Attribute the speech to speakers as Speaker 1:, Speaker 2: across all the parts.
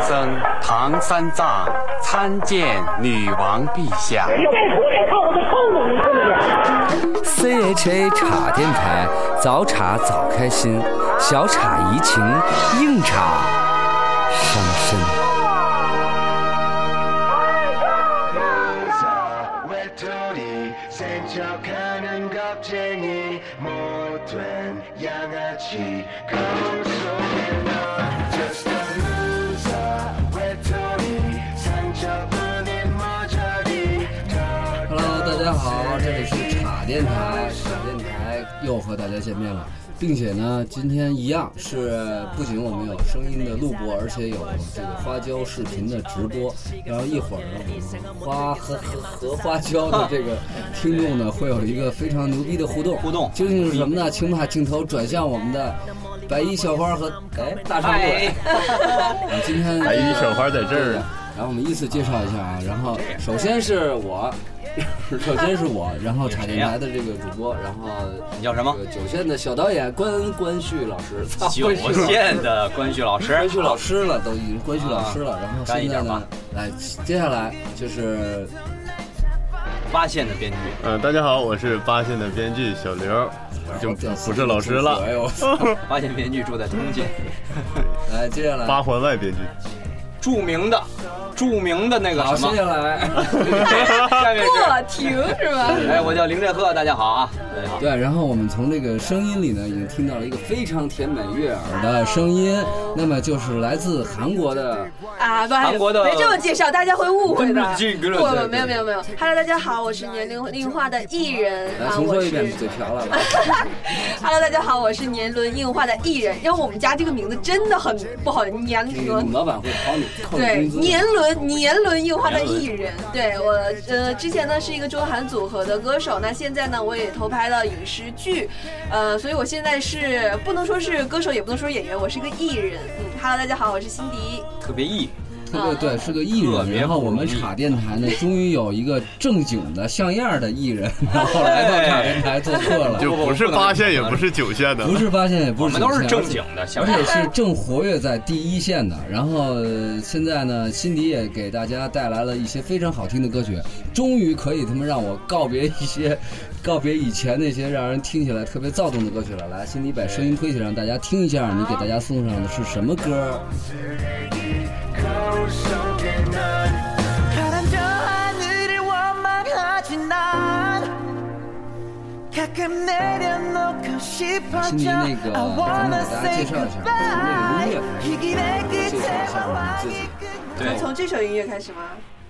Speaker 1: 僧唐三藏参见女王陛下。
Speaker 2: 要不出来，看我都痛死你，是不是？
Speaker 3: CHA 茶电台，早茶早开心，小茶怡情，硬茶伤身。
Speaker 4: 사 외톨이 센척하는 겁쟁이 못된 양아치 거울 속에 넌 just a loser 외톨이 상처뿐인 머저리
Speaker 3: Hello，大家好，这里是茶电台，茶电台又和大家见面了，并且呢，今天一样是不仅我们有声音的录播，而且有这个花椒视频的直播。然后一会儿呢，我们花和和和花椒的这个听众呢，会有一个非常牛逼的互动。
Speaker 1: 互动
Speaker 3: 究竟是什么呢？请把镜头转向我们的白衣校花和哎大长腿。啊今天
Speaker 5: 白衣小花在这
Speaker 3: 对
Speaker 5: 儿
Speaker 3: 的，然后我们依次介绍一下啊，然后首先是我， 首先是我，然后茶电台的这个主播，然后
Speaker 1: 你叫什么
Speaker 3: 这个九线的小导演关关旭老师，操
Speaker 1: 九县的关旭老师
Speaker 3: 关，旭老师了，都已经关旭老师了，然后
Speaker 1: 啊干一
Speaker 3: 现在
Speaker 1: 点
Speaker 3: 呢
Speaker 1: 吧，
Speaker 3: 来接下来就是
Speaker 1: 八县的编剧。
Speaker 5: 嗯，大家好，我是八线的编剧小刘，已经不是老 师
Speaker 3: 哎
Speaker 5: 了，
Speaker 3: 呦，我操
Speaker 1: 八县编剧住在东晋，
Speaker 3: 来接下来
Speaker 5: 八。环外编剧，
Speaker 1: 著名的，著名的那个
Speaker 3: 好，
Speaker 1: 什么
Speaker 3: 接，下来，
Speaker 1: 下面
Speaker 6: 过
Speaker 1: 是，
Speaker 6: 停是吧？
Speaker 1: 哎，我叫林振赫，大家好啊，大家好。
Speaker 3: 对，然后我们从这个声音里呢，已经听到了一个非常甜美悦耳的声音，那么就是来自韩国的
Speaker 6: 啊，不，
Speaker 1: 韩国的
Speaker 6: 没这么介绍，大家会误会的。
Speaker 1: 这个
Speaker 6: 不不，没有没有没有。Hello，大家好，我是年龄硬化的艺人
Speaker 3: 来
Speaker 6: 啊，
Speaker 3: 重
Speaker 6: 我
Speaker 3: 说一
Speaker 6: 是。
Speaker 3: 遍，嘴瓢了。
Speaker 6: Hello，大家好，我是年轮硬化的艺人。因为我们家这个名字真的很不好，年
Speaker 3: 这个
Speaker 6: 轮
Speaker 3: 老板会跑你扣你
Speaker 6: 对，
Speaker 3: 工资。
Speaker 6: 年轮年轮硬化的艺人，对我呃之前呢是一个中韩组合的歌手，那现在呢我也投拍了影视剧，呃，所以我现在是不能说是歌手，也不能说是演员，我是个艺人。嗯，Hello，大家好，我是辛迪。
Speaker 1: 特别艺，
Speaker 3: 对对对，是个艺
Speaker 1: 特
Speaker 3: 人。
Speaker 1: 别
Speaker 3: 然后我们
Speaker 1: 不容易
Speaker 3: 茶电台呢，终于有一个正经的、像样的艺人，然后来到茶电台做 客了。
Speaker 5: 就不是八线也不是九线的，
Speaker 3: 不是发现，也不
Speaker 1: 我
Speaker 3: 是
Speaker 1: 们都是
Speaker 3: 九线
Speaker 1: 正经的，像
Speaker 3: 而且是正活跃在第一线的。然后呃现在呢，辛迪也给大家带来了一些非常好听的歌曲，终于可以他妈让我告别一些，告别以前那些让人听起来特别躁动的歌曲了。来，辛迪把声音推起来，让大家听一下，你给大家送上的是什么歌？
Speaker 4: 거울 속에 넌
Speaker 7: 바람 저 하늘을 원망하지만 가끔 내려놓고 싶어져 I
Speaker 3: 心里那个，
Speaker 7: wanna
Speaker 3: 咱们
Speaker 7: say
Speaker 3: 给大家介绍一下，
Speaker 7: goodbye
Speaker 3: 从那个音乐开始，
Speaker 7: 이 길의
Speaker 3: 介
Speaker 7: 끝에
Speaker 3: 绍一下我们自己。
Speaker 1: 对，
Speaker 6: 从这首音乐开始吗？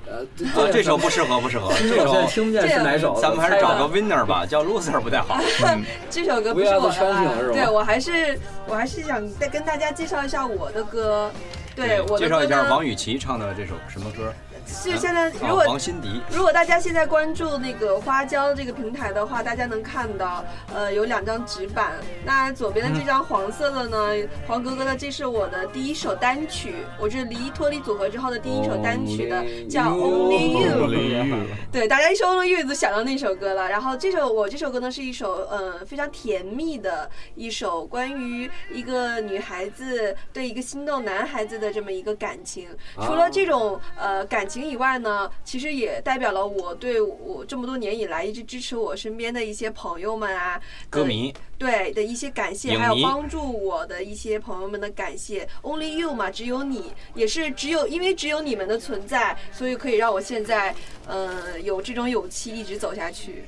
Speaker 3: 呃，
Speaker 1: 呃，这首不 适合，不适合，这首
Speaker 3: 不见
Speaker 6: 是哪首
Speaker 1: 咱们还是找个 winner 吧，叫 loser 不太好。
Speaker 6: 这首歌不是
Speaker 3: We are
Speaker 6: 我
Speaker 3: the
Speaker 6: 的啦
Speaker 3: champion，是吧
Speaker 6: 对我还是我还是想再跟大家介绍一下我的歌。对，我
Speaker 1: 介
Speaker 6: 的
Speaker 1: 绍
Speaker 6: 歌
Speaker 1: 一下
Speaker 6: 呢
Speaker 1: 王雨琦唱的这首什么歌？
Speaker 6: 是现在
Speaker 1: 啊
Speaker 6: 如果
Speaker 1: 王心迪，
Speaker 6: 如果大家现在关注那个花椒这个平台的话，大家能看到，呃，有两张纸板。那左边的这张黄色的呢，黄格格的，这是我的第一首单曲，我是离脱离组合之后的第一首单曲的，叫 Only You。对，大家一说 Only You 就想到那首歌了。然后这首我这首歌呢是一首呃非常甜蜜的一首关于一个女孩子对一个心动男孩子的这么一个感情。除了这种
Speaker 1: 啊
Speaker 6: 呃感情以外呢，其实也代表了我对我这么多年以来一直支持我身边的一些朋友们啊，
Speaker 1: 歌迷，
Speaker 6: 对的一些感谢，
Speaker 1: 影迷
Speaker 6: 还有帮助我的一些朋友们的感谢。Only you 嘛，只有你，也是只有因为只有你们的存在，所以可以让我现在，呃，有这种勇气一直走下去。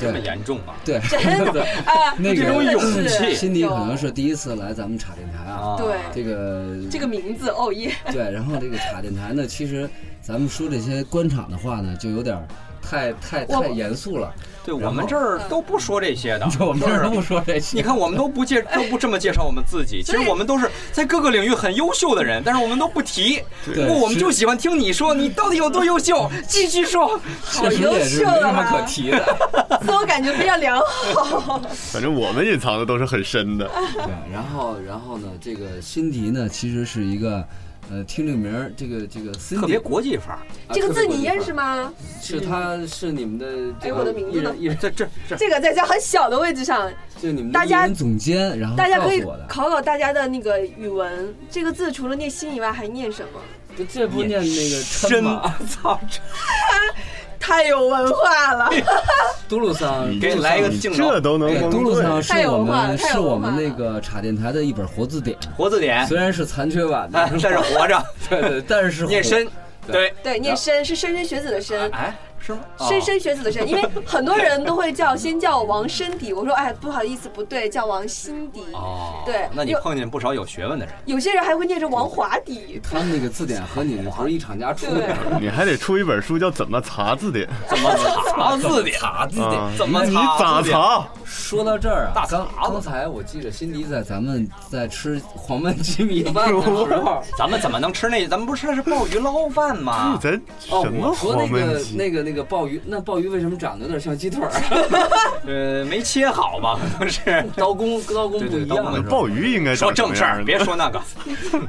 Speaker 1: 这么严重啊？
Speaker 3: 对，
Speaker 6: 真的啊，
Speaker 3: 那个
Speaker 1: 这
Speaker 6: 真的
Speaker 1: 种勇气
Speaker 6: 是
Speaker 3: 辛迪可能是第一次来咱们茶电台
Speaker 1: 啊，
Speaker 3: 啊，
Speaker 6: 对
Speaker 3: 这个
Speaker 6: 这个名字，哦耶，
Speaker 3: 对，然后这个茶电台呢，其实咱们说这些官场的话呢，就有点儿太太
Speaker 6: 我
Speaker 3: 太严肃了。
Speaker 1: 对
Speaker 3: 然后
Speaker 1: 我们这儿都不说这些的，
Speaker 3: 我们这儿
Speaker 1: 都
Speaker 3: 不说这 些，
Speaker 1: 你看，我们都 不介都不这么介绍我们自己。其实
Speaker 6: 所以
Speaker 1: 我们都是在各个领域很优秀的人，但是我们都不提。
Speaker 3: 对
Speaker 1: 不，我们
Speaker 3: 是
Speaker 1: 就喜欢听你说你到底有多优秀，继续说。
Speaker 6: 好优秀
Speaker 3: 没
Speaker 6: 了
Speaker 3: 什么可
Speaker 6: 吧？
Speaker 3: 提的。
Speaker 6: 自我感觉非常良 好。
Speaker 5: 反正我们隐藏的都是很深的。
Speaker 3: 对，然后然后呢，这个辛迪呢，其实是一个，呃，听这个名儿，这个这个辛迪
Speaker 1: 特别国际范儿，
Speaker 3: 啊
Speaker 6: 这个
Speaker 3: 特别
Speaker 6: 字
Speaker 3: 国
Speaker 6: 你
Speaker 3: 际
Speaker 6: 认
Speaker 3: 范
Speaker 6: 识
Speaker 3: 儿？
Speaker 6: 吗？
Speaker 3: 是他是你们的这
Speaker 6: 哎
Speaker 3: 个
Speaker 6: 我的名字呢
Speaker 3: 艺人，
Speaker 1: 这这这
Speaker 6: 这个在家很小的位置上，
Speaker 3: 就是你们的
Speaker 6: 大
Speaker 3: 艺
Speaker 6: 家
Speaker 3: 人总监，然后
Speaker 6: 大家
Speaker 3: 告
Speaker 6: 可以
Speaker 3: 诉我的。
Speaker 6: 考考大家的那个语文，这个字除了念心以外还念什么？
Speaker 3: 这这不念那
Speaker 1: 呃
Speaker 3: 个
Speaker 5: 也
Speaker 3: 琛
Speaker 1: 啊
Speaker 3: 吗？ 操，
Speaker 6: 太有文化了，
Speaker 3: 嘟噜桑，
Speaker 5: 你
Speaker 3: 嘟
Speaker 8: 给
Speaker 3: 噜桑
Speaker 8: 你来一个
Speaker 5: 你
Speaker 8: 敬
Speaker 5: 这
Speaker 8: 老
Speaker 5: 都能
Speaker 3: 对，
Speaker 5: 蒙
Speaker 3: 嘟噜
Speaker 5: 对
Speaker 3: 桑是
Speaker 6: 太有
Speaker 3: 我
Speaker 6: 文化
Speaker 3: 们
Speaker 6: 了太
Speaker 3: 是
Speaker 6: 有
Speaker 3: 我
Speaker 6: 文化
Speaker 3: 们那
Speaker 6: 了
Speaker 3: 个茶电台的一本活字典，
Speaker 8: 活字典，
Speaker 3: 虽然是残缺版的
Speaker 1: 哎
Speaker 8: 啊，但是活着，
Speaker 3: 对对，但是
Speaker 8: 念
Speaker 3: 活
Speaker 8: 身，对，
Speaker 6: 对，念深是莘莘学子的莘。
Speaker 8: 哎，是吗？哦
Speaker 6: 莘莘学子的莘，因为很多人都会叫先叫我王申迪，我说哎不好意思不对，叫王心迪。
Speaker 8: 哦，
Speaker 6: 对
Speaker 8: 那你
Speaker 6: 有
Speaker 8: 碰见不少有学问的人，
Speaker 6: 有些人还会念成王华迪，
Speaker 3: 他们那个字典和你那不是一厂家出
Speaker 6: 对
Speaker 3: 的，
Speaker 5: 你还得出一本书叫《怎么查字典
Speaker 8: 怎么查字典？
Speaker 3: 查字》
Speaker 5: 啊，
Speaker 8: 怎么
Speaker 5: 你你
Speaker 8: 查
Speaker 5: 咋
Speaker 8: 字典
Speaker 5: 查？
Speaker 3: 说到这儿啊
Speaker 8: 大，
Speaker 3: 刚
Speaker 8: 碴子
Speaker 3: 刚才我记着辛迪在咱们在吃黄焖鸡米饭的时候，
Speaker 8: 咱们怎么能吃那？咱们不是吃鲍鱼捞饭吗？
Speaker 5: 咱
Speaker 3: 哦
Speaker 5: 什，么
Speaker 3: 我说
Speaker 5: 黄
Speaker 3: 那
Speaker 5: 焖
Speaker 3: 个
Speaker 5: 鸡？
Speaker 3: 那个那个鲍鱼，那鲍鱼为什么长得有点像鸡腿儿？
Speaker 8: 呃，没切好吧？ 可能是。
Speaker 3: 刀工刀工
Speaker 8: 对
Speaker 3: 不
Speaker 8: 对
Speaker 3: 一
Speaker 8: 刀工
Speaker 3: 样。
Speaker 5: 鲍鱼应该
Speaker 8: 说
Speaker 5: 长什
Speaker 8: 正
Speaker 5: 么
Speaker 8: 事
Speaker 5: 样
Speaker 8: 儿，
Speaker 5: 呢
Speaker 8: 别说那个。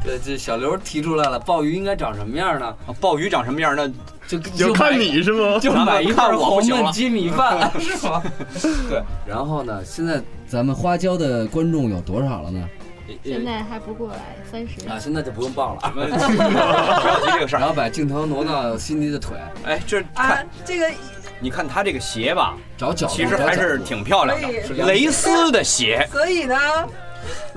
Speaker 3: 对，这小刘提出来了，鲍鱼应该长什么样呢？
Speaker 8: 鲍鱼长什么样？那
Speaker 3: 就
Speaker 5: 就
Speaker 3: 就
Speaker 5: 看
Speaker 3: 买
Speaker 5: 你是吗？
Speaker 3: 就 买一
Speaker 8: 看
Speaker 3: 份
Speaker 8: 我
Speaker 3: 黄
Speaker 8: 不行
Speaker 3: 焖
Speaker 8: 了
Speaker 3: 鸡米饭， 是吗？对。然后呢，现在咱们花椒的观众有多少了呢？
Speaker 9: 现在还不过来，三十。
Speaker 3: 啊，现在就不用报了。
Speaker 8: 不要提这个事
Speaker 3: 然
Speaker 8: 儿。
Speaker 3: 后把镜头挪到辛迪的腿，
Speaker 8: 哎，这
Speaker 6: 啊
Speaker 8: 看，，
Speaker 6: 这个
Speaker 8: 你看他这个鞋吧，
Speaker 3: 找角度。
Speaker 8: 其实还是挺漂亮的，
Speaker 6: 可
Speaker 8: 是
Speaker 3: 以
Speaker 8: 蕾丝的鞋，
Speaker 6: 所以呢，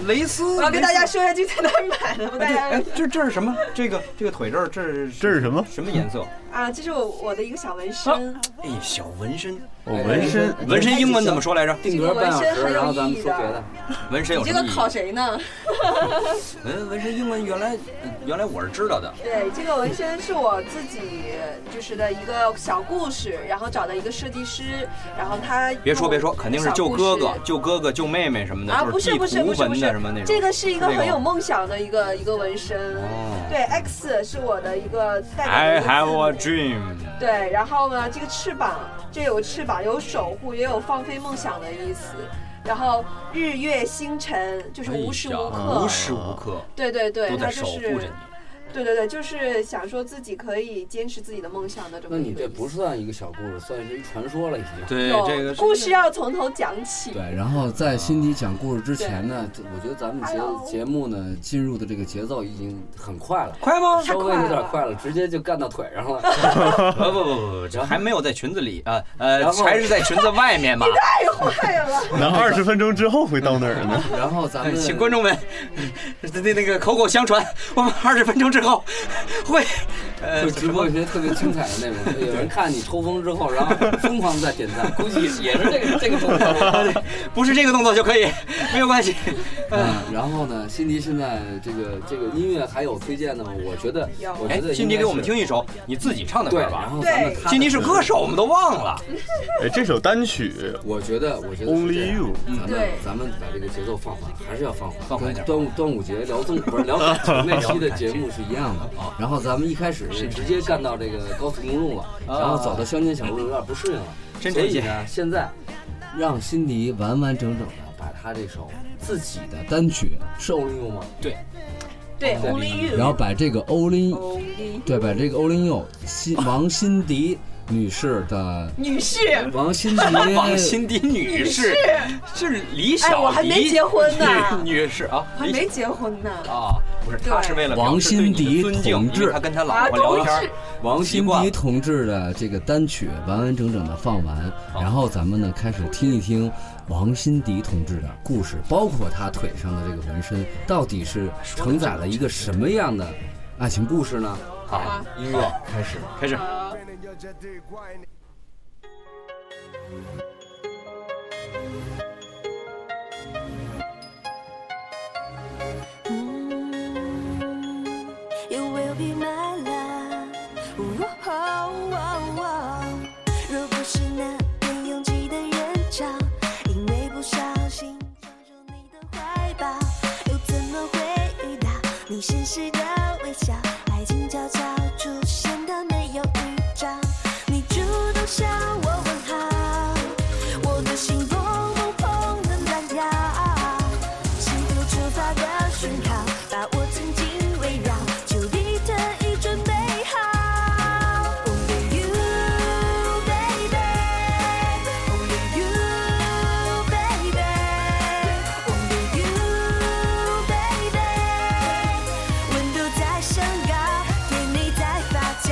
Speaker 8: 蕾丝。
Speaker 6: 我要跟
Speaker 8: 蕾丝
Speaker 6: 大家说一下去在哪儿买的吧，大
Speaker 8: 哎
Speaker 6: 家，
Speaker 8: 这这是什么？这个这个腿这儿这是
Speaker 5: 这是什么？
Speaker 8: 什么颜色？
Speaker 6: 啊，这是我我的一个小纹身，啊
Speaker 8: 哎，小纹身，
Speaker 5: 我哎纹身，
Speaker 3: 哎
Speaker 8: 纹身英文怎么？说来着？
Speaker 3: 定格半小时，然后咱们说别的。
Speaker 8: 纹身有
Speaker 6: 你
Speaker 8: 什
Speaker 6: 这
Speaker 8: 么
Speaker 6: 个
Speaker 8: 意义？
Speaker 6: 考谁呢？
Speaker 8: 纹纹身英文原来呃原来我是知道的。
Speaker 6: 对，这个纹身是我自己就是的一个小故事，然后找的一个设计师，然后他
Speaker 8: 别说别说，肯定是救哥哥
Speaker 6: 哦小故、事
Speaker 8: 救哥哥、救妹妹什么的，
Speaker 6: 啊，
Speaker 8: 就
Speaker 6: 不是不是
Speaker 8: 地
Speaker 6: 不
Speaker 8: 图
Speaker 6: 是不
Speaker 8: 纹
Speaker 6: 是
Speaker 8: 的什么那种。
Speaker 6: 这个是一个
Speaker 8: 那种
Speaker 6: 很有梦想的一个一个纹身。
Speaker 8: 哦
Speaker 6: 对，X 是我的一个代表的一
Speaker 8: I
Speaker 6: 个字
Speaker 8: have
Speaker 6: 母
Speaker 8: a dream。哎
Speaker 6: 对，然后呢，这个翅膀，这有翅膀，有守护，也有放飞梦想的意思。然后日月星辰就是无时无
Speaker 8: 哎
Speaker 6: 刻，
Speaker 8: 呀无时无刻
Speaker 6: 对对对，
Speaker 8: 都
Speaker 6: 他
Speaker 8: 在
Speaker 6: 就
Speaker 8: 守护
Speaker 6: 是，
Speaker 8: 着你。
Speaker 6: 对对对，就是想说自己可以坚持自己的梦想的这么
Speaker 3: 那
Speaker 6: 一个
Speaker 3: 你
Speaker 6: 意思。
Speaker 3: 这不算一个小故事，算是一传说了已经。
Speaker 8: 对
Speaker 6: 有
Speaker 8: 这个是
Speaker 6: 故事要从头讲起。
Speaker 3: 对，然后在辛迪讲故事之前呢，这我觉得咱们节节目呢进入的这个节奏已经很快了，
Speaker 8: 哦快 吗？
Speaker 3: 稍微有点快了，直接就干到腿上了。
Speaker 8: 不不不不不，这还没有在裙子里啊，
Speaker 3: 然
Speaker 8: 呃，
Speaker 3: 后
Speaker 8: 还是在裙子外 面吧。
Speaker 6: 太哎坏了，
Speaker 5: 那二十分钟之后会到那儿呢？
Speaker 3: 然后咱
Speaker 8: 哎
Speaker 3: 们
Speaker 8: 请观众们，那那那个口口相传，我们二十分钟之后会，呃
Speaker 3: 会，直播一些特别精彩的内 容，有人看你抽风之后，然后疯狂在点赞，估计 也是这个这个动作。
Speaker 8: 不是这个动作就可以，没有关系。 呃
Speaker 3: 嗯，然后呢，辛迪现在这个这个音乐还有推荐的吗？我觉得，我觉
Speaker 8: 哎
Speaker 3: 得，
Speaker 8: 辛迪给我们听一首你自己唱的
Speaker 3: 对，
Speaker 8: 歌
Speaker 3: 然
Speaker 8: 吧。
Speaker 3: 后嗯咱们
Speaker 6: 对
Speaker 3: 他的
Speaker 8: 辛迪是歌手，我们都忘了。
Speaker 5: 哎，这首单曲
Speaker 3: 我觉得，我觉得是
Speaker 5: Only
Speaker 3: 这样
Speaker 5: You
Speaker 3: 咱们
Speaker 6: 对
Speaker 3: 咱们把这个节奏放缓，还是要放缓，
Speaker 8: 放缓一点
Speaker 3: 跟端午端午节聊粽不是聊感情那期的节目是一样 的。
Speaker 8: 哦
Speaker 3: 然后咱们一开始是直接干到这个高速公路了，然后走到乡间小路有点不适应了，
Speaker 8: 真
Speaker 3: 所
Speaker 8: 推
Speaker 3: 以
Speaker 8: 荐
Speaker 3: 呢，现在让辛迪完完整整的把他这首自己的单曲是 Only You 吗？
Speaker 6: 对，Only
Speaker 8: 哦
Speaker 6: You，Oh
Speaker 3: 然后把这个 Only
Speaker 6: Only
Speaker 3: 对，把这个 Only You 辛王辛迪女士 的
Speaker 6: 女士，
Speaker 3: 王辛迪
Speaker 8: 王辛迪女士是李小
Speaker 6: 哎
Speaker 8: 迪，
Speaker 6: 我还没结婚呢
Speaker 8: 女女士啊，
Speaker 6: 还
Speaker 8: 李
Speaker 6: 没结婚呢。
Speaker 8: 啊，不是，
Speaker 6: 对
Speaker 8: 他是为了表示
Speaker 3: 王辛迪
Speaker 8: 对你的尊敬
Speaker 3: 同志
Speaker 8: 因为他跟他老婆聊
Speaker 6: 啊
Speaker 8: 天，
Speaker 3: 王
Speaker 8: 习
Speaker 3: 辛
Speaker 8: 惯
Speaker 3: 迪
Speaker 8: 了
Speaker 3: 同志的这个单曲完完整整的放完，然后咱们呢开始听一听王辛迪同志的故事，包括他腿上的这个纹身，到底是承载了一个什么样的爱情故事呢？
Speaker 6: 啊
Speaker 8: 好，
Speaker 3: 音乐啊开始，
Speaker 8: 啊开始。
Speaker 10: You Mm. will be my love. Whoa-oh-oh-oh 若不是那天拥挤的人潮，因为不小心闯入你的怀抱，又怎么会遇到你绅士的微笑？爱情悄悄出现的没有预兆，你主动向我问好，我的心砰砰砰的乱跳。幸福出发的讯号，把我紧紧围绕，就比特已准备好。Only you, baby. Only you, baby. Only you, baby. 温度在升高，甜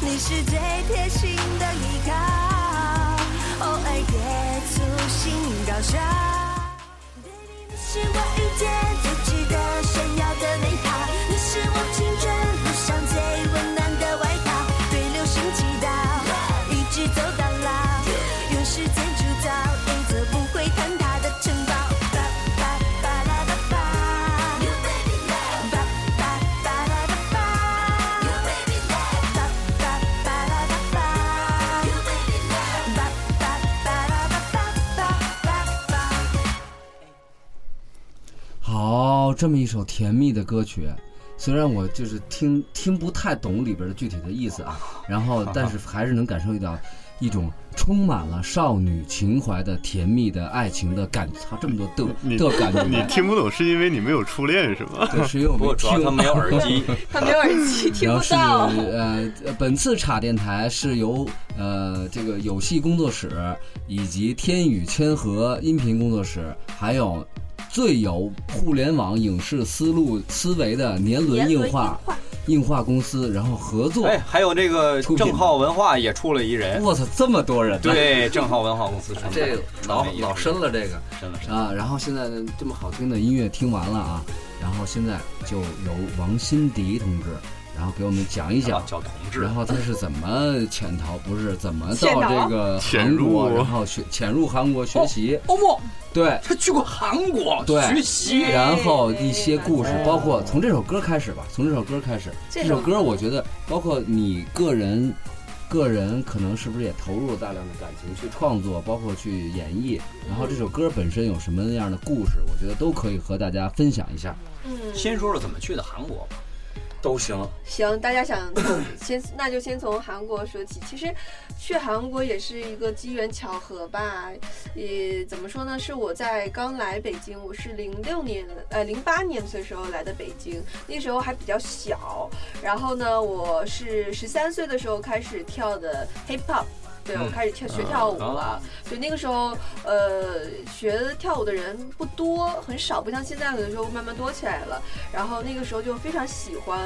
Speaker 10: 你是最贴心的依靠，偶尔也粗心搞笑。Baby，你是我遇见最值得炫耀的美好，你是我青春路上最温暖的外套，对流行祈祷，一直走到老，用时间铸造一座不会坍塌的城堡。巴巴巴拉巴巴，You baby love，巴巴巴拉巴巴，You baby love，巴巴巴拉巴巴，You baby love，巴巴巴拉巴巴巴巴。
Speaker 3: 好，这么一首甜蜜的歌曲，虽然我就是听听不太懂里边的具体的意思啊，然 后但是还是能感受到一种充满了少女情怀的甜蜜的爱情的感，操，这么多的的感觉，
Speaker 5: 你听不懂是因为你没有初恋是吗？
Speaker 3: 对，是因为我
Speaker 8: 不过主要
Speaker 3: 听
Speaker 8: 他没有耳 机
Speaker 6: 他没有耳机，听
Speaker 3: 然后
Speaker 6: 不
Speaker 3: 是
Speaker 6: 到。
Speaker 3: 呃，本次茶电台是由呃这个有戏工作室以及天宇千和音频工作室，还有最有互联网影视思路思维的年轮映画映画公司，然后合作。
Speaker 8: 哎，还有那个
Speaker 3: 出品
Speaker 8: 正浩文化也出了一人，
Speaker 3: 我操，这么多人！
Speaker 8: 对，哎正浩文化公司出的
Speaker 3: 这个老老深了这个
Speaker 8: 深了深了。
Speaker 3: 啊，然后现在呢这么好听的音乐听完了啊，然后现在就由王心迪同志，然后给我们讲一讲
Speaker 8: 啊，叫同志
Speaker 3: 然后他是怎么潜逃，不是怎么
Speaker 8: 潜
Speaker 3: 到
Speaker 8: 逃
Speaker 3: 这个
Speaker 5: 潜
Speaker 3: 韩
Speaker 5: 入
Speaker 3: 国，然后学潜入韩国学习，
Speaker 8: 欧哦莫
Speaker 3: 对
Speaker 8: 他去过韩国
Speaker 3: 对，嗯
Speaker 8: 学习，
Speaker 3: 然后一些故事，包括从这首歌开始吧，从这首歌开始，
Speaker 6: 这
Speaker 3: 这
Speaker 6: 首
Speaker 3: 首歌我觉得包括你个人。个人可能是不是也投入了大量的感情去创作，包括去演绎，然后这首歌本身有什么样的故事，我觉得都可以和大家分享一下。
Speaker 6: 嗯，
Speaker 8: 先说说怎么去的韩国吧，都行。
Speaker 6: 行，大家想先， 那就先从韩国说起。其实去韩国也是一个机缘巧合吧，也怎么说呢？是我在刚来北京，我是零六年，呃，零八年的时候来的北京，那时候还比较小。然后呢，我是十三岁的时候开始跳的 hip hop。对，我开始跳学跳舞了。对，那个时候，呃，学跳舞的人不多，很少，不像现在有的时候慢慢多起来了。然后那个时候就非常喜欢，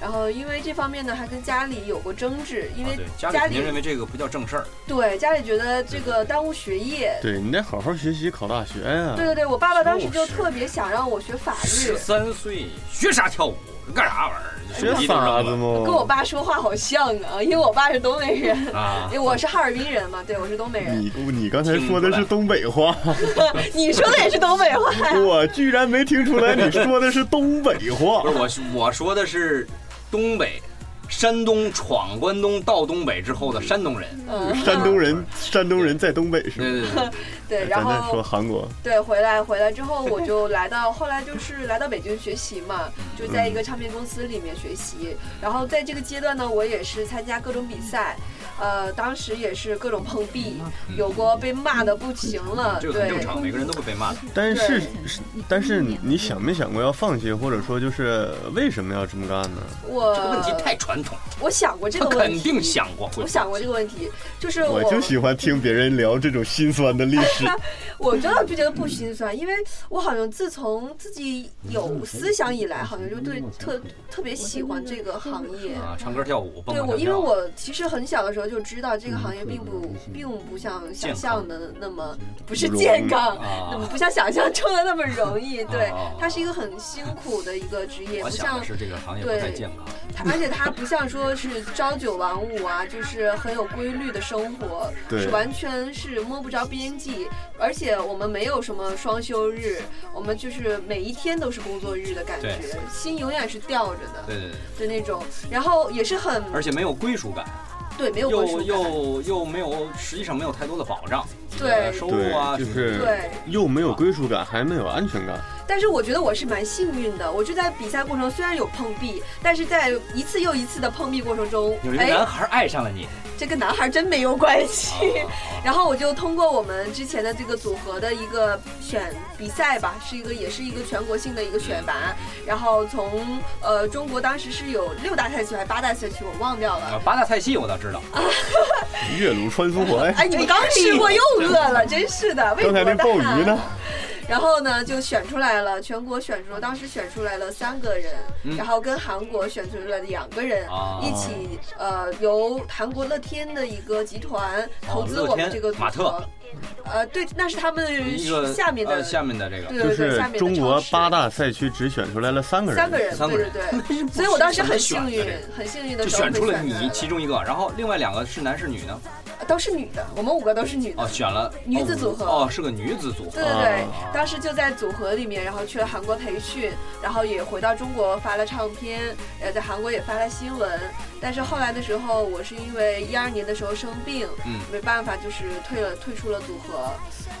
Speaker 6: 然后因为这方面呢，还跟家里有过争执，因
Speaker 8: 啊
Speaker 6: 为
Speaker 8: 对，家
Speaker 6: 家
Speaker 8: 里肯定认
Speaker 6: 里
Speaker 8: 为这个不叫正事儿，
Speaker 6: 对家里觉得这个耽误学业。
Speaker 5: 对你得好好学习，考大学呀、
Speaker 6: 对对啊对，我爸爸当时
Speaker 8: 就
Speaker 6: 就是特别想让我学法律
Speaker 8: 十。三岁学啥跳舞干啥玩意儿，
Speaker 5: 学
Speaker 8: 手机都扔
Speaker 5: 啥
Speaker 8: 了
Speaker 5: 子
Speaker 6: 跟
Speaker 5: 嘛
Speaker 6: 我？爸说话好像啊，因为我爸是东北人，
Speaker 8: 啊
Speaker 6: 因为？我是哈尔滨人嘛，对我是东北人。
Speaker 5: 你你刚才说的是东北话，
Speaker 6: 你说的也是东北 话呀？
Speaker 5: 我居然没听出来你说的是东北话
Speaker 8: 不。是我是我说的是东北，山东闯关东到东北之后的山东人。
Speaker 6: 嗯，
Speaker 5: 山东人，山东人在东北是
Speaker 8: 对
Speaker 5: 吗？
Speaker 8: 对对，
Speaker 6: 对，然
Speaker 5: 哎咱再
Speaker 6: 后
Speaker 5: 说韩国，
Speaker 6: 对，回来回来之后，我就来到后来就是来到北京学习嘛，就在一个唱片公司里面学习。然后在这个阶段呢，我也是参加各种比赛，呃，当时也是各种碰壁，有过被骂的不行了，
Speaker 8: 嗯这个很
Speaker 6: 对
Speaker 8: 正，常，每个人都会被骂的。
Speaker 5: 但是但是你你想没想过要放弃，或者说就是为什么要这么干呢？
Speaker 6: 我
Speaker 8: 这个问题太传统，
Speaker 6: 我想过这
Speaker 8: 他
Speaker 6: 个问
Speaker 8: 肯
Speaker 6: 题，
Speaker 8: 定想过会。
Speaker 6: 我想过这个问题，就是
Speaker 5: 我就喜欢听别人聊这种心酸的历史。
Speaker 6: 我真的就觉得不心酸，因为我好像自从自己有思想以来，好像就对特特别喜欢这个行业。
Speaker 8: 啊，唱歌跳舞，蹦
Speaker 6: 对
Speaker 8: 蹦跳
Speaker 6: 我，因为
Speaker 8: 跳。
Speaker 6: 我其实很小的时候就知道这个
Speaker 8: 嗯
Speaker 6: 行业并不并不像想象的那么不是健康，
Speaker 8: 啊
Speaker 6: 那 么不像想象中的那么容易。对
Speaker 8: 啊，
Speaker 6: 它是一个很辛苦的一个职业，
Speaker 8: 我
Speaker 6: 不
Speaker 8: 想
Speaker 6: 像
Speaker 8: 的是这个行业不
Speaker 6: 对
Speaker 8: 太健康，
Speaker 6: 它而且它不像说是朝九晚五啊，就是很有规律的生活，
Speaker 5: 对
Speaker 6: 是完全是摸不着边际。而且我们没有什么双休日，我们就是每一天都是工作日的感觉
Speaker 8: 对，
Speaker 6: 心永远是吊着的，
Speaker 8: 对对对，
Speaker 6: 就那种。然后也是很
Speaker 8: 而且没有归属感，
Speaker 6: 对，没有归属
Speaker 8: 又
Speaker 6: 感
Speaker 8: 又又没有，实际上没有太多的保障，
Speaker 6: 对
Speaker 8: 你的收入啊，
Speaker 5: 对就
Speaker 8: 什么的
Speaker 5: 是
Speaker 6: 对，
Speaker 5: 又没有归属感，还没有安全 感。
Speaker 6: 但是我觉得我是蛮幸运的，我就在比赛过程虽然有碰壁，但是在一次又一次的碰壁过程中
Speaker 8: 有一，个
Speaker 6: 哎
Speaker 8: 男，孩爱上了你，
Speaker 6: 这跟男孩真没有关系。
Speaker 8: 啊
Speaker 6: 然后我就通过我们之前的这个组合的一个选比赛吧，是一个也是一个全国性的一个选拔，然后从呃中国当时是有六大赛区还是八大赛区，我忘掉了。
Speaker 8: 啊八大菜系我倒知道，
Speaker 6: 啊
Speaker 5: 岳麓穿梭环，
Speaker 6: 哎
Speaker 8: 哎
Speaker 6: 哎，你们刚吃过又饿了，真是的。为
Speaker 5: 刚才那
Speaker 6: 国大
Speaker 5: 鲍鱼呢？
Speaker 6: 然后呢就选出来了，全国选出，当时选出来了三个人，
Speaker 8: 嗯
Speaker 6: 然后跟韩国选出来两个人、
Speaker 8: 啊
Speaker 6: 一起，呃，由韩国乐天的一个集团投资
Speaker 8: 啊乐
Speaker 6: 我们
Speaker 8: 天
Speaker 6: 这个组合。
Speaker 8: 马特
Speaker 6: 呃，对，那是他们
Speaker 8: 一个
Speaker 6: 下面的、
Speaker 8: 呃下面的这个
Speaker 6: 对
Speaker 5: 就
Speaker 6: 对对，
Speaker 5: 是
Speaker 6: 下面的
Speaker 5: 中国
Speaker 6: 超市
Speaker 5: 八大赛区只选出来了三个人，
Speaker 6: 三个人，
Speaker 8: 三个人
Speaker 6: 对对对，所以我当时很幸运
Speaker 8: 怎么选的，
Speaker 6: 很幸运的
Speaker 8: 就
Speaker 6: 时候
Speaker 8: 选出
Speaker 6: 被
Speaker 8: 了你
Speaker 6: 来
Speaker 8: 其中一个，然后另外两个是男是女呢？
Speaker 6: 了呃都是女的，我们五个都是女的
Speaker 8: 哦，。选了
Speaker 6: 女子组合
Speaker 8: 哦，是个女子组合，
Speaker 6: 对对对，当时就在组合里面，然后去了韩国培训，然后也回到中国发了唱片，呃，在韩国也发了新闻。但是后来的时候，我是因为一二年的时候生病，
Speaker 8: 嗯
Speaker 6: 没办法，就是退了，退出了组合。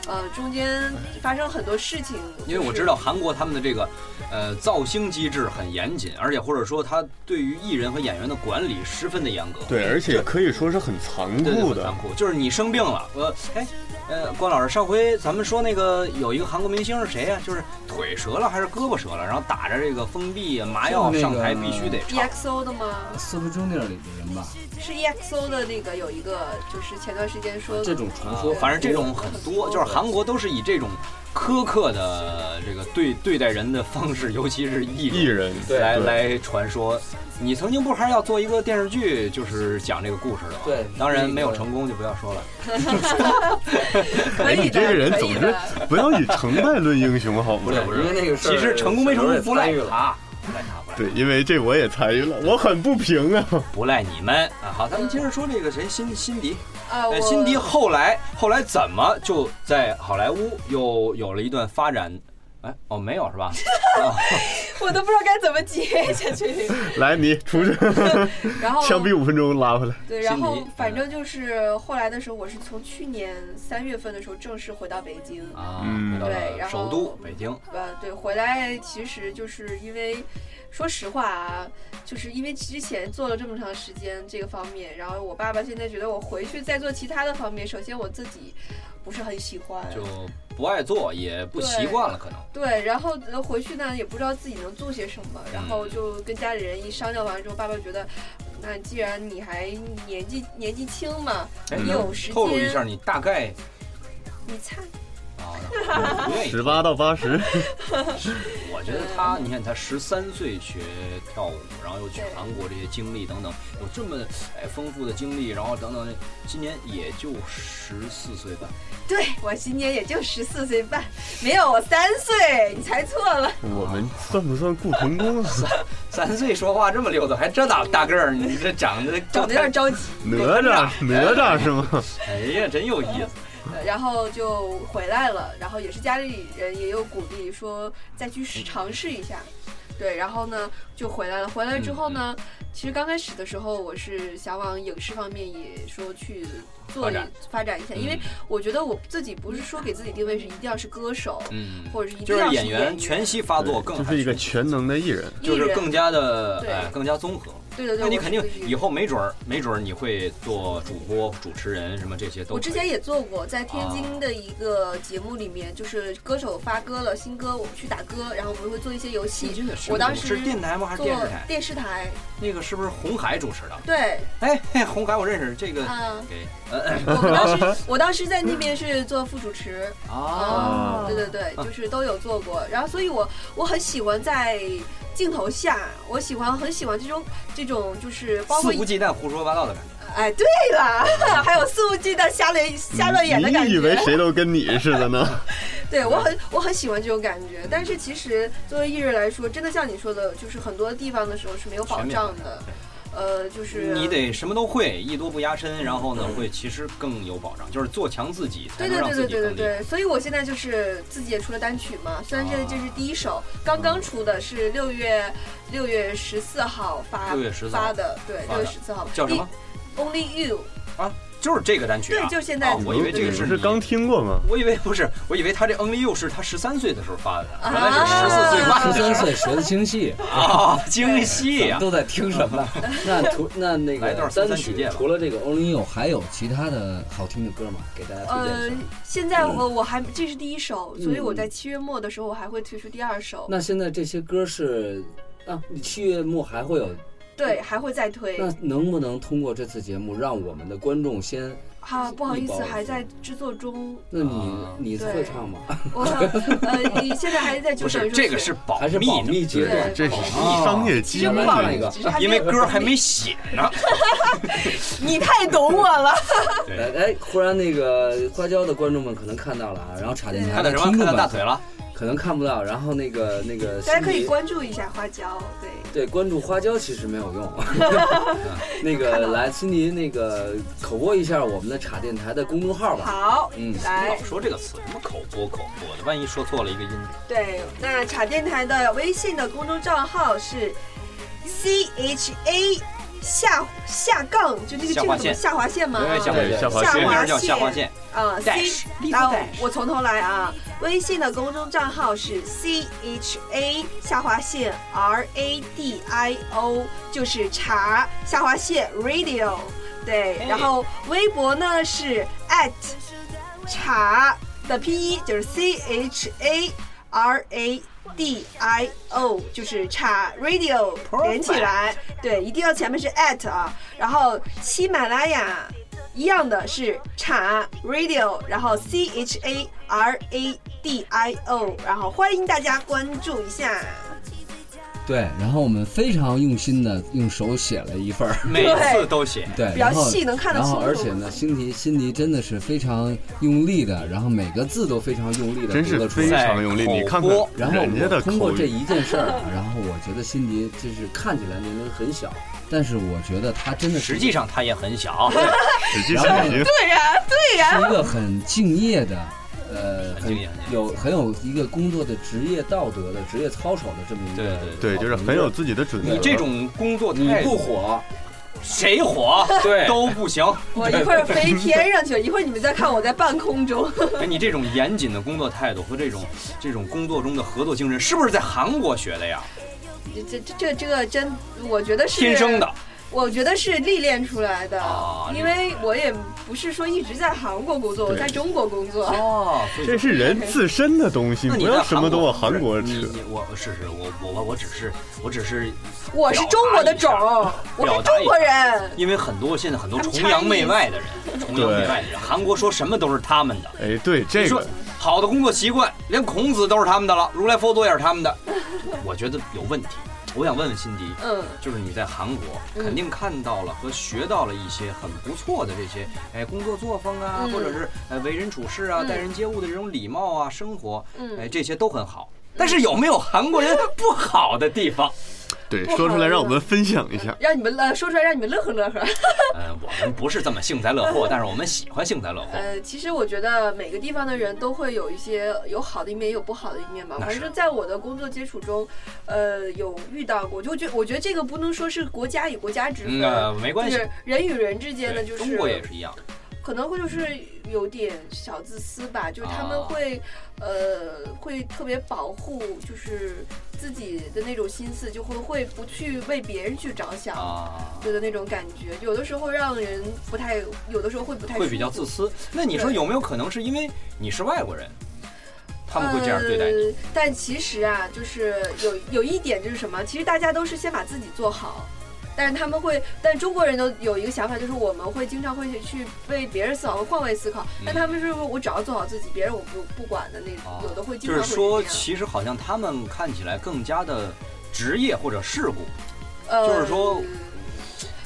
Speaker 6: 呃，中间发生很多事情，
Speaker 8: 因为我知道韩国他们的这个，呃，造星机制很严谨，而且或者说他对于艺人和演员的管理十分的严格。
Speaker 5: 对，而且可以说是很残
Speaker 8: 对对
Speaker 5: 酷
Speaker 8: 很
Speaker 5: 的
Speaker 8: 残。酷，就是你生病了，我哎，呃，关老师，上回咱们说那个有一个韩国明星是谁呀、就是腿折了还是胳膊折了，然后打着这个封闭麻药
Speaker 3: 就那个
Speaker 8: 上台必须得唱
Speaker 6: EXO E 的吗？
Speaker 3: Super Junior 里的人吧，
Speaker 6: 是 EXO 的那个有一个，就是前段时间说
Speaker 3: 这种传
Speaker 8: 啊
Speaker 3: 说，
Speaker 8: 反正这种很多，就是韩国都是以这种苛刻的这个对对待人的方式，尤其是艺人
Speaker 5: 艺人
Speaker 8: 来
Speaker 5: 对
Speaker 8: 来传说。你曾经不是还要做一个电视剧，就是讲这个故事的吗？
Speaker 3: 对
Speaker 8: 当然
Speaker 3: 那个
Speaker 8: 没有成功就不要说了。
Speaker 6: 可
Speaker 5: 哎，
Speaker 6: 以
Speaker 5: 你
Speaker 6: 的，
Speaker 5: 这个人
Speaker 6: 可
Speaker 5: 总
Speaker 6: 以
Speaker 5: 是
Speaker 6: 的。
Speaker 5: 不要以成败论英雄，好吗
Speaker 3: 对？因为那个事儿
Speaker 8: 其实成功没成功不赖
Speaker 3: 小时候也参与了
Speaker 8: 他，不赖他，不赖他
Speaker 5: 对，因为这我也参与了，我很不平啊。
Speaker 8: 不赖你们啊。好，咱们接着说这个谁，辛辛迪。
Speaker 6: 啊，
Speaker 8: 呃，
Speaker 6: 我
Speaker 8: 辛迪后来后来怎么就在好莱坞又有了一段发展？哎，哦，没有是 吧？
Speaker 6: 我都不知道该怎么接下去。
Speaker 5: 来，你出去，
Speaker 6: 然后
Speaker 5: 枪毙五分钟拉回来。
Speaker 6: 对，
Speaker 8: 辛
Speaker 6: 然
Speaker 8: 迪
Speaker 6: 后反正就是后来的时候，我是从去年三月份的时候正式回到北京。
Speaker 8: 啊，
Speaker 5: 嗯
Speaker 8: 回到
Speaker 6: 对
Speaker 8: 了
Speaker 6: 然后
Speaker 8: 首都北京。
Speaker 6: 呃，对，回来其实就是因为，说实话啊，就是因为之前做了这么长时间这个方面，然后我爸爸现在觉得我回去再做其他的方面，首先我自己不是很喜欢，
Speaker 8: 就不爱做，也不习惯了，可能。
Speaker 6: 对，然后呃回去呢也不知道自己能做些什么，然后
Speaker 8: 嗯
Speaker 6: 就跟家里人一商量完之后，爸爸觉得，那既然你还年纪年纪轻嘛，
Speaker 8: 哎，
Speaker 6: 你有时
Speaker 8: 透露一下，
Speaker 6: 间，
Speaker 8: 你大概
Speaker 6: 你猜，
Speaker 8: 啊，那不 愿意
Speaker 5: 十。八到八十，
Speaker 8: 我觉得他，你看他十三岁学跳舞，然后又去韩国这些经历等等，有这么哎丰富的经历，然后等等，今年也就十四岁吧。
Speaker 6: 对我今年也就十四岁半，没有我三岁，你猜错了。
Speaker 5: 我们算不算雇童工啊？
Speaker 8: 三岁说话这么溜达，还这大大个儿，你这长得
Speaker 6: 长得有点着急，
Speaker 5: 哪吒，哪吒是 吗？
Speaker 8: 哎呀，真有意思。
Speaker 6: 呃然后就回来了，然后也是家里人也有鼓励说再去试尝试一下，对，然后呢就回来了。回来之后呢，
Speaker 5: 嗯
Speaker 6: 其实刚开始的时候我是想往影视方面也说去做
Speaker 8: 发
Speaker 6: 一
Speaker 8: 展嗯
Speaker 6: 发展一下，因为我觉得我自己不是说给自己定位是一定要是歌手，
Speaker 8: 嗯，
Speaker 6: 或者是一
Speaker 8: 就
Speaker 6: 定要
Speaker 8: 是演
Speaker 6: 演
Speaker 8: 员全息发作更
Speaker 5: 就
Speaker 8: 还
Speaker 5: 是一个全能的艺人。
Speaker 6: 艺
Speaker 8: 就
Speaker 6: 人
Speaker 8: 是更加的
Speaker 6: 对
Speaker 8: 哎更加综合。
Speaker 6: 对对对，
Speaker 8: 那你
Speaker 6: 我
Speaker 8: 肯
Speaker 6: 是
Speaker 8: 定
Speaker 6: 这个意
Speaker 8: 以
Speaker 6: 思
Speaker 8: 后没准儿，没准儿你会做主播、主持人什么这些都可以。啊
Speaker 6: 我之前也做过，在天津的一个节目里面，就是歌手发歌了，新歌我们去打歌，然后我们会做一些游
Speaker 8: 天
Speaker 6: 戏
Speaker 8: 津的。是
Speaker 6: 我当时
Speaker 8: 是电台吗？还是
Speaker 6: 做
Speaker 8: 电视台？
Speaker 6: 电视台，
Speaker 8: 那个是不是红海主持的？
Speaker 6: 对，
Speaker 8: 哎，嘿红海我认识这个。
Speaker 6: 嗯，
Speaker 8: 给呃哎
Speaker 6: 我们当时我当时在那边是做副主持，
Speaker 8: 啊，
Speaker 5: 哦
Speaker 6: 啊，对对对，就是都有做过。然后，所以我我很喜欢在镜头下，我喜欢很喜欢这种这种就是包括
Speaker 8: 肆无忌惮胡说八道的感觉。
Speaker 6: 哎，对了， 还有肆无忌惮瞎乱瞎乱演的感
Speaker 5: 你
Speaker 6: 觉。
Speaker 5: 以为谁都跟你似 的呢？
Speaker 6: 对
Speaker 8: 嗯
Speaker 6: 我很我很喜欢这种感觉，但是其实作为艺人来说，真的像你说的，就是很多地方的时候是没有保
Speaker 8: 全面
Speaker 6: 障的，呃，就是
Speaker 8: 你得什么都会，艺多不压身，然后呢会其实更有保障，就是做强自己，才
Speaker 6: 对
Speaker 8: 能
Speaker 6: 对
Speaker 8: 让
Speaker 6: 对
Speaker 8: 自
Speaker 6: 对
Speaker 8: 己
Speaker 6: 对
Speaker 8: 更
Speaker 6: 对
Speaker 8: 厉害。
Speaker 6: 对，所以我现在就是自己也出了单曲嘛，虽然这
Speaker 8: 啊
Speaker 6: 这是第一首，刚刚出的是六月六月十四号发
Speaker 8: 6月14号
Speaker 6: 发的，对，
Speaker 8: 发
Speaker 6: 六
Speaker 8: 的
Speaker 6: 月十四号
Speaker 8: 叫什么？
Speaker 6: 第？Only You，
Speaker 8: 就是这个单曲啊。
Speaker 6: 对就是现在
Speaker 8: 啊我以为这个
Speaker 5: 你
Speaker 8: 是
Speaker 5: 们
Speaker 8: 你
Speaker 5: 是刚听过吗？
Speaker 8: 我以为不是，我以为他这 Only You 是他十三岁的时候发的，
Speaker 6: 啊
Speaker 8: 原来是十四岁半
Speaker 3: 十
Speaker 8: 的时
Speaker 3: 三
Speaker 8: 候
Speaker 3: 岁学的清 晰，
Speaker 8: 啊，惊喜啊！
Speaker 3: 都在听什 么？那除那那
Speaker 8: 来
Speaker 3: 个
Speaker 8: 段三
Speaker 3: 单
Speaker 8: 三曲
Speaker 3: 曲
Speaker 8: 界吧
Speaker 3: 除了这个 Only You，还有其他的好听的歌吗？给大家推荐
Speaker 6: 呃
Speaker 3: 一下。，
Speaker 6: 现
Speaker 8: 嗯
Speaker 6: 在我我还这是第一首，所以我
Speaker 3: 嗯
Speaker 6: 在七月末的时候我还会推出第二首，
Speaker 3: 那现在这些歌是啊，你七月末还会有，
Speaker 6: 对，还会再推
Speaker 3: 那。能不能通过这次节目让我们的观众先
Speaker 6: 哈，啊不好意思，还在制作中。
Speaker 3: 那你
Speaker 8: 啊
Speaker 3: 你会唱吗？
Speaker 6: 我呃，你现在还在九
Speaker 8: 不
Speaker 6: 省
Speaker 8: 是
Speaker 6: 入
Speaker 8: 这个
Speaker 6: 学
Speaker 8: 是保
Speaker 3: 还是保密阶段，啊
Speaker 5: 这是
Speaker 6: 哦
Speaker 5: 商业机密，
Speaker 3: 放一个，
Speaker 8: 因为歌还没写呢。
Speaker 6: 你太懂我了。
Speaker 3: 哎哎，忽然那个花椒的观众们可能看到了啊，然后插电台
Speaker 8: 看到
Speaker 3: 的
Speaker 8: 什么
Speaker 3: 听众
Speaker 8: 看
Speaker 3: 们
Speaker 8: 到大腿了，
Speaker 3: 可能看不到。然后那个那个，
Speaker 6: 大家
Speaker 8: 嗯
Speaker 6: 可以关注一下花椒，对。
Speaker 3: 对关注花椒其实没有 用。那个来，辛迪那个口播一下我们的插电台的公众号吧。
Speaker 6: 好，
Speaker 3: 嗯
Speaker 6: 来
Speaker 8: 老，哎说这个词，什么口播口播的，万一说错了一个音，
Speaker 6: 对，那茶电台的微信的公众账号是 C H A 下下杠，就那个
Speaker 8: 下
Speaker 6: 这
Speaker 8: 划
Speaker 6: 个怎么
Speaker 8: 线
Speaker 6: 下划线吗？
Speaker 8: 对
Speaker 6: 啊
Speaker 8: 下划线
Speaker 5: 下划
Speaker 8: 这
Speaker 5: 线
Speaker 8: 个
Speaker 6: 划
Speaker 8: 名叫下划线。
Speaker 6: 啊
Speaker 8: Dash，
Speaker 6: ，C，然后我从头来啊。微信的公众账号是 C H A 下划线 R A D I O，就是茶下划线 Radio。对，
Speaker 8: 哎
Speaker 6: 然后微博呢是 at 茶的拼音就是 C H A R A D I O，就是茶 radio 连起来，对，一定要前面是 at 啊，然后喜马拉雅一样的是茶 radio，然后 C H A R A D I O，然后欢迎大家关注一下。
Speaker 3: 对，然后我们非常用心的用手写了一 份儿。
Speaker 8: 每次都写。
Speaker 3: 对，
Speaker 6: 比较
Speaker 3: 然后
Speaker 6: 细能看得
Speaker 3: 然后，
Speaker 6: 清楚
Speaker 3: 而且呢，辛迪辛迪真的是非常用力的，然后每个字都非常用力的
Speaker 5: 真
Speaker 3: 读
Speaker 5: 是
Speaker 3: 了出
Speaker 5: 非
Speaker 3: 来。
Speaker 5: 常用力。你看看
Speaker 3: 然后
Speaker 5: 人家
Speaker 3: 我
Speaker 5: 的
Speaker 3: 通过
Speaker 5: 口
Speaker 3: 这
Speaker 5: 语，
Speaker 3: 一件事儿啊，然后我觉得辛迪就是看起来年龄很小，但是我觉得他真的是
Speaker 8: 实际上他也很小，
Speaker 5: 实际上已经
Speaker 6: 对呀、对呀、
Speaker 3: 是一个很敬业的，呃，
Speaker 8: 很
Speaker 3: 很
Speaker 8: 敬业很敬业
Speaker 3: 有很有一个工作的职业道德的职业操守的这么一个
Speaker 8: 对对
Speaker 5: 对，就是很有自己的准则。
Speaker 8: 你这种工作
Speaker 3: 你
Speaker 8: 态
Speaker 3: 不
Speaker 8: 度，
Speaker 3: 火，
Speaker 8: 谁火
Speaker 3: 对
Speaker 8: 都不行。
Speaker 6: 我一会儿飞天上去了，一会儿你们再看我在半空中。
Speaker 8: 哎，你这种严谨的工作态度和这种这种工作中的合作精神，是不是在韩国学的呀？
Speaker 6: 这 这这这这个真，我觉得是
Speaker 8: 天生的。
Speaker 6: 我觉得是历练出来的，
Speaker 8: 啊
Speaker 6: 因为我也不是说一直在韩国工作，我在中国工作。
Speaker 8: 哦，所以
Speaker 5: 这是 人自身的东西，
Speaker 8: 那
Speaker 5: 不
Speaker 8: 你
Speaker 5: 要
Speaker 8: 在
Speaker 5: 什么都往
Speaker 8: 韩
Speaker 5: 韩国
Speaker 8: 不是
Speaker 5: 吃
Speaker 8: 你。你我是是我我我我只是我只是，
Speaker 6: 我是中国的种儿，我
Speaker 8: 表
Speaker 6: 是
Speaker 8: 达一下
Speaker 6: 中国人。
Speaker 8: 因为很多现在很多
Speaker 6: I'm
Speaker 8: 崇洋媚外的人，崇洋媚外的人，韩国说什么都是他们的。
Speaker 5: 哎，对
Speaker 8: 你
Speaker 5: 这
Speaker 8: 说
Speaker 5: 个，
Speaker 8: 好的工作习惯，连孔子都是他们的了，如来佛祖也是他们的， 我觉得有问题。我想问问辛迪，
Speaker 6: 嗯，
Speaker 8: 就是你在韩国肯定看到了和学到了一些很不错的这些，哎，工作作风啊，
Speaker 6: 嗯
Speaker 8: 或者是呃为人处事啊、待人接物的这种礼貌啊、生活，
Speaker 6: 嗯
Speaker 8: 哎，这些都很好。但是有没有韩国人不好的地方？
Speaker 5: 对，
Speaker 6: 不好
Speaker 5: 说出来让我
Speaker 6: 了
Speaker 5: 们分享一下。
Speaker 6: 让你们呃说出来，让你们乐呵乐呵。
Speaker 8: 呃，我们不是这么幸灾乐祸，但是我们喜欢幸灾乐祸。
Speaker 6: 呃，其实我觉得每个地方的人都会有一些有好的一面，也有不好的一面吧。
Speaker 8: 那
Speaker 6: 反
Speaker 8: 是
Speaker 6: 正在我的工作接触中，呃，有遇到过，就觉我觉得这个不能说是国家与国家之分，
Speaker 8: 嗯呃没关系
Speaker 6: 就是人与人之间的，
Speaker 8: 对
Speaker 6: 就是
Speaker 8: 中国也是一样，
Speaker 6: 可能会就是有点小自私吧，就是他
Speaker 8: 啊
Speaker 6: 们会，呃，会特别保护，就是自己的那种心思，就会会不去为别人去着想，
Speaker 8: 啊，
Speaker 6: 对的那种感觉，有的时候让人不太，有的时候会不太
Speaker 8: 会比较自
Speaker 6: 私，
Speaker 8: 私。那你说
Speaker 6: 对
Speaker 8: 有没有可能是因为你是外国人，他们会这样对待你？
Speaker 6: 呃。但其实啊，就是有有一点就是什么，其实大家都是先把自己做好。但是他们会，但中国人都有一个想法，就是我们会经常会去为别人思考，换位思考。
Speaker 8: 嗯
Speaker 6: 但他们是说我只要做好自己，别人我不不管的那种，
Speaker 8: 啊
Speaker 6: 有的会经
Speaker 8: 就
Speaker 6: 常
Speaker 8: 是
Speaker 6: 会
Speaker 8: 说，
Speaker 6: 这样
Speaker 8: 其实好像他们看起来更加的职业或者世故，
Speaker 6: 呃，
Speaker 8: 就是说，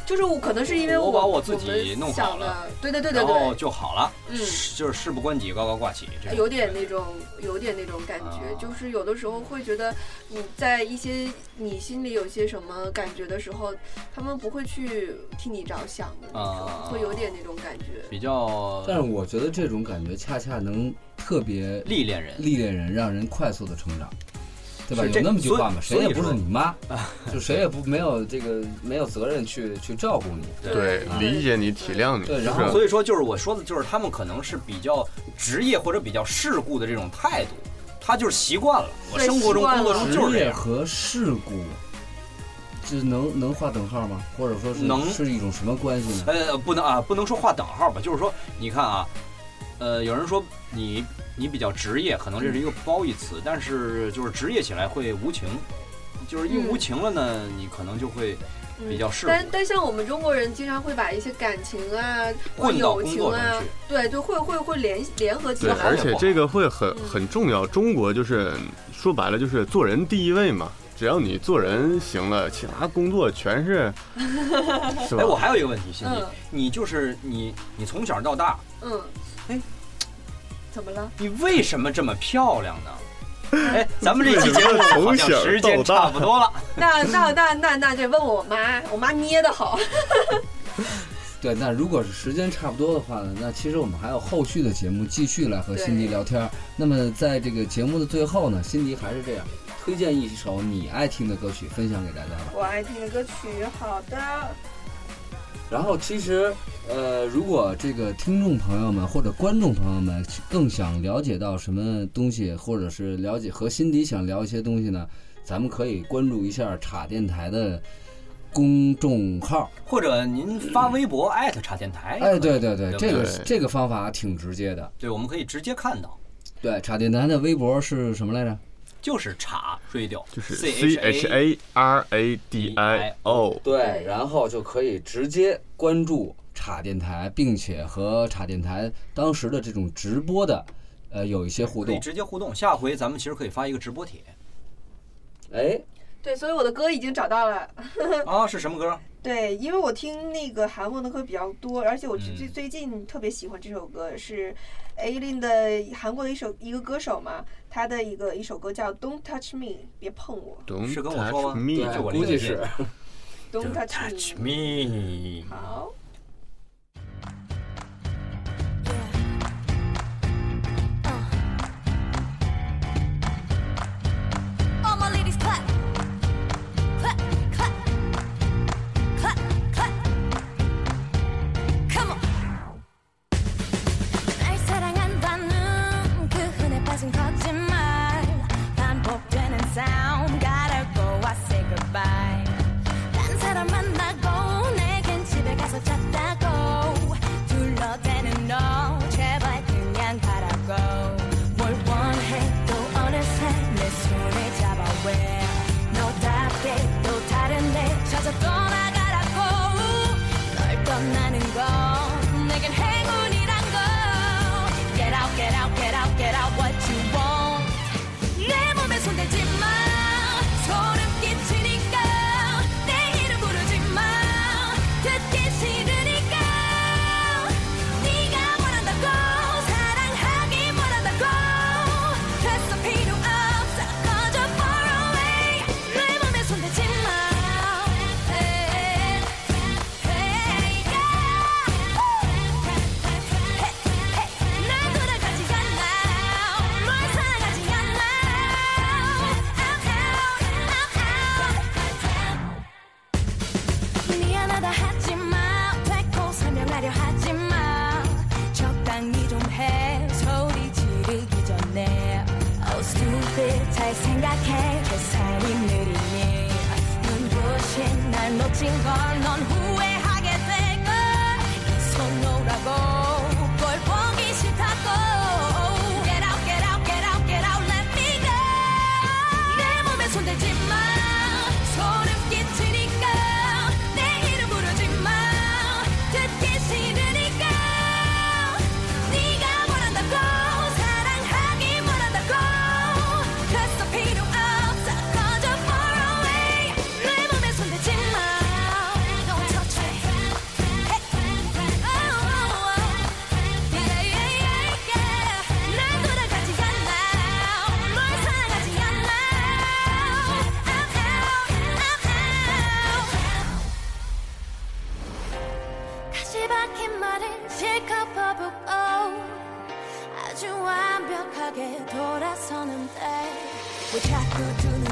Speaker 6: 就是我可能是因为
Speaker 8: 我
Speaker 6: 我
Speaker 8: 把我自己
Speaker 6: 们
Speaker 8: 弄好
Speaker 6: 想的
Speaker 8: 了，
Speaker 6: 对对对对
Speaker 8: 然后
Speaker 6: 对，
Speaker 8: 就好了，
Speaker 6: 嗯
Speaker 8: 是就是事不关己高高挂起，这种
Speaker 6: 有点那种，有点那种感觉，
Speaker 8: 啊
Speaker 6: 就是有的时候会觉得你在一些你心里有些什么感觉的时候，他们不会去替你着想的那种，
Speaker 8: 啊
Speaker 6: 会有点那种感觉。
Speaker 8: 比较
Speaker 3: 但是我觉得这种感觉恰恰能特别
Speaker 8: 历练人。
Speaker 3: 历练人，让人快速的成长，对吧？
Speaker 8: 是
Speaker 3: 有
Speaker 8: 这
Speaker 3: 那么句话嘛，
Speaker 8: 所
Speaker 3: 谁也
Speaker 8: 以
Speaker 3: 不
Speaker 8: 所以
Speaker 3: 是
Speaker 8: 说
Speaker 3: 你妈，就谁也不没有这个没有责任去去照顾你。
Speaker 5: 对，理解你，体谅你，
Speaker 3: 对
Speaker 5: 是
Speaker 3: 然
Speaker 5: 不
Speaker 3: 后
Speaker 5: 是？
Speaker 8: 所以说，就是我说的，就是他们可能是比较职业或者比较世故的这种态度，他就是习惯了。我
Speaker 6: 对
Speaker 8: 生活中、
Speaker 6: 习惯
Speaker 8: 工
Speaker 6: 了
Speaker 8: 作中就是
Speaker 3: 职
Speaker 8: 这
Speaker 3: 业
Speaker 8: 样。
Speaker 3: 和事故，这能能划等号吗？或者说是
Speaker 8: 能
Speaker 3: 是一种什么关系呢？
Speaker 8: 呃，不能啊，不能说划等号吧，就是说，你看啊，呃，有人说你你比较职业，可能这是一个褒义词，但是就是职业起来会无情，就是一
Speaker 6: 嗯
Speaker 8: 无情了呢，你可能就会比较适合。
Speaker 6: 但但像我们中国人经常会把一些感情啊、
Speaker 5: 混到
Speaker 6: 友
Speaker 5: 工
Speaker 6: 情
Speaker 5: 作
Speaker 6: 啊
Speaker 5: 中去，
Speaker 6: 对，就会会会联联合起
Speaker 5: 对，
Speaker 6: 来。
Speaker 5: 而且这个会很很重要。中国就是说白了就是做人第一位嘛，只要你做人行了，其他工作 全是是吧
Speaker 8: 哎，我还有一个问题，欣怡
Speaker 6: 嗯，
Speaker 8: 你就是你，你从小到大，
Speaker 6: 嗯，
Speaker 8: 哎，
Speaker 6: 怎么了？
Speaker 8: 你为什么这么漂亮呢？ 哎，咱们这期节目好
Speaker 5: 从
Speaker 8: 像
Speaker 5: 小
Speaker 8: 时间
Speaker 5: 到大
Speaker 8: 差不多了，
Speaker 6: 那那那那那这问我妈，我妈捏的好。
Speaker 3: 对，那如果是时间差不多的话呢，那其实我们还有后续的节目继续来和辛迪聊天儿。那么在这个节目的最后呢，辛迪还是这样，推荐一首你爱听的歌曲分享给大家吧。
Speaker 6: 我爱听的歌曲，好的，
Speaker 3: 然后其实，呃，如果这个听众朋友们或者观众朋友们更想了解到什么东西，或者是了解和辛迪想聊一些东西呢，咱们可以关注一下茶电台的公众号。
Speaker 8: 或者您发微博艾特茶电台。
Speaker 3: 哎，对对对，这个
Speaker 8: 是
Speaker 3: 这个方法挺直接的。
Speaker 8: 对，我们可以直接看到，
Speaker 3: 对，茶电台的微博是什么来着？
Speaker 8: 就是茶 radio，就是 C
Speaker 5: C H A R A D I O。
Speaker 3: 对，然后就可以直接关注茶电台，并且和茶电台当时的这种直播的，呃，有一些互
Speaker 8: 可以
Speaker 3: 动。
Speaker 8: 直接互动。下回咱们其实可以发一个直播帖
Speaker 3: 哎，
Speaker 6: 对，所以我的歌已经找到了。
Speaker 8: 啊，是什么歌？
Speaker 6: 对，因为我听那个韩文的歌比较多，而且我最
Speaker 8: 嗯
Speaker 6: 最最近特别喜欢这首歌，是 A Lin 的韩国的一首一个歌手嘛，他的一个一首歌叫《Don't Touch Me》，别碰我
Speaker 8: 是跟我说吗？就我理解。
Speaker 6: ，Don't
Speaker 8: Touch
Speaker 6: Touch Me。
Speaker 8: me。
Speaker 6: 好。
Speaker 10: All my ladies clap, clap, clap, clap, clap. Come on. 날 사랑한다는 그 흔해 빠진 거짓말 반복되는 싸움 gotta go I say goodbye. 딴 사람 만나고 내겐 집에 가서 잤다고 둘러대는 너 제발 그냥 가라고 뭘 원해 또 어느새 내 손을 잡아 왜 너답게 또 다른데 찾아 떠나가라고 널 떠나는 건 내겐 행운이란 걸 Get out get out get out get out what you want 내 몸에 손대지 마 소름 끼치니까 내 이름 부르지 마 듣기 싫으니까 네가 원한다고 사랑하기 원한다고 됐어 필요 없어 꺼져 far away 내 몸에 손대지 마 Hey, hey, yeah. 날 돌아가지 않아 널 사랑하지 않아 Out, out, out, out. 미안하다 하지마 되고 설명하려 하지마 적당히 좀 해 소리 지르기 전에 Oh stupid 잘 생각해 계산이 느리니 눈부신 날 놓친 걸 넌 후회하게 될걸 손 놓으라고 꼴 보기 싫다고 Get out get out get out get out let me go 내 몸에 손대지 마 소름 끼치니까 내 이름 부르지 마 듣기 싫으니까 네가 원한다고 사랑하기 원한다고 됐어 필요 없어 꺼져 far away 내 몸에 손대지 마 Don't touch me Oh, yeah, yeah, yeah, yeah. 날 돌아가지 않아 널 사랑하지 않아 다시 박힌 말은 실컷 퍼붓고 아주 완벽하게 돌아서는데 왜 자꾸 두는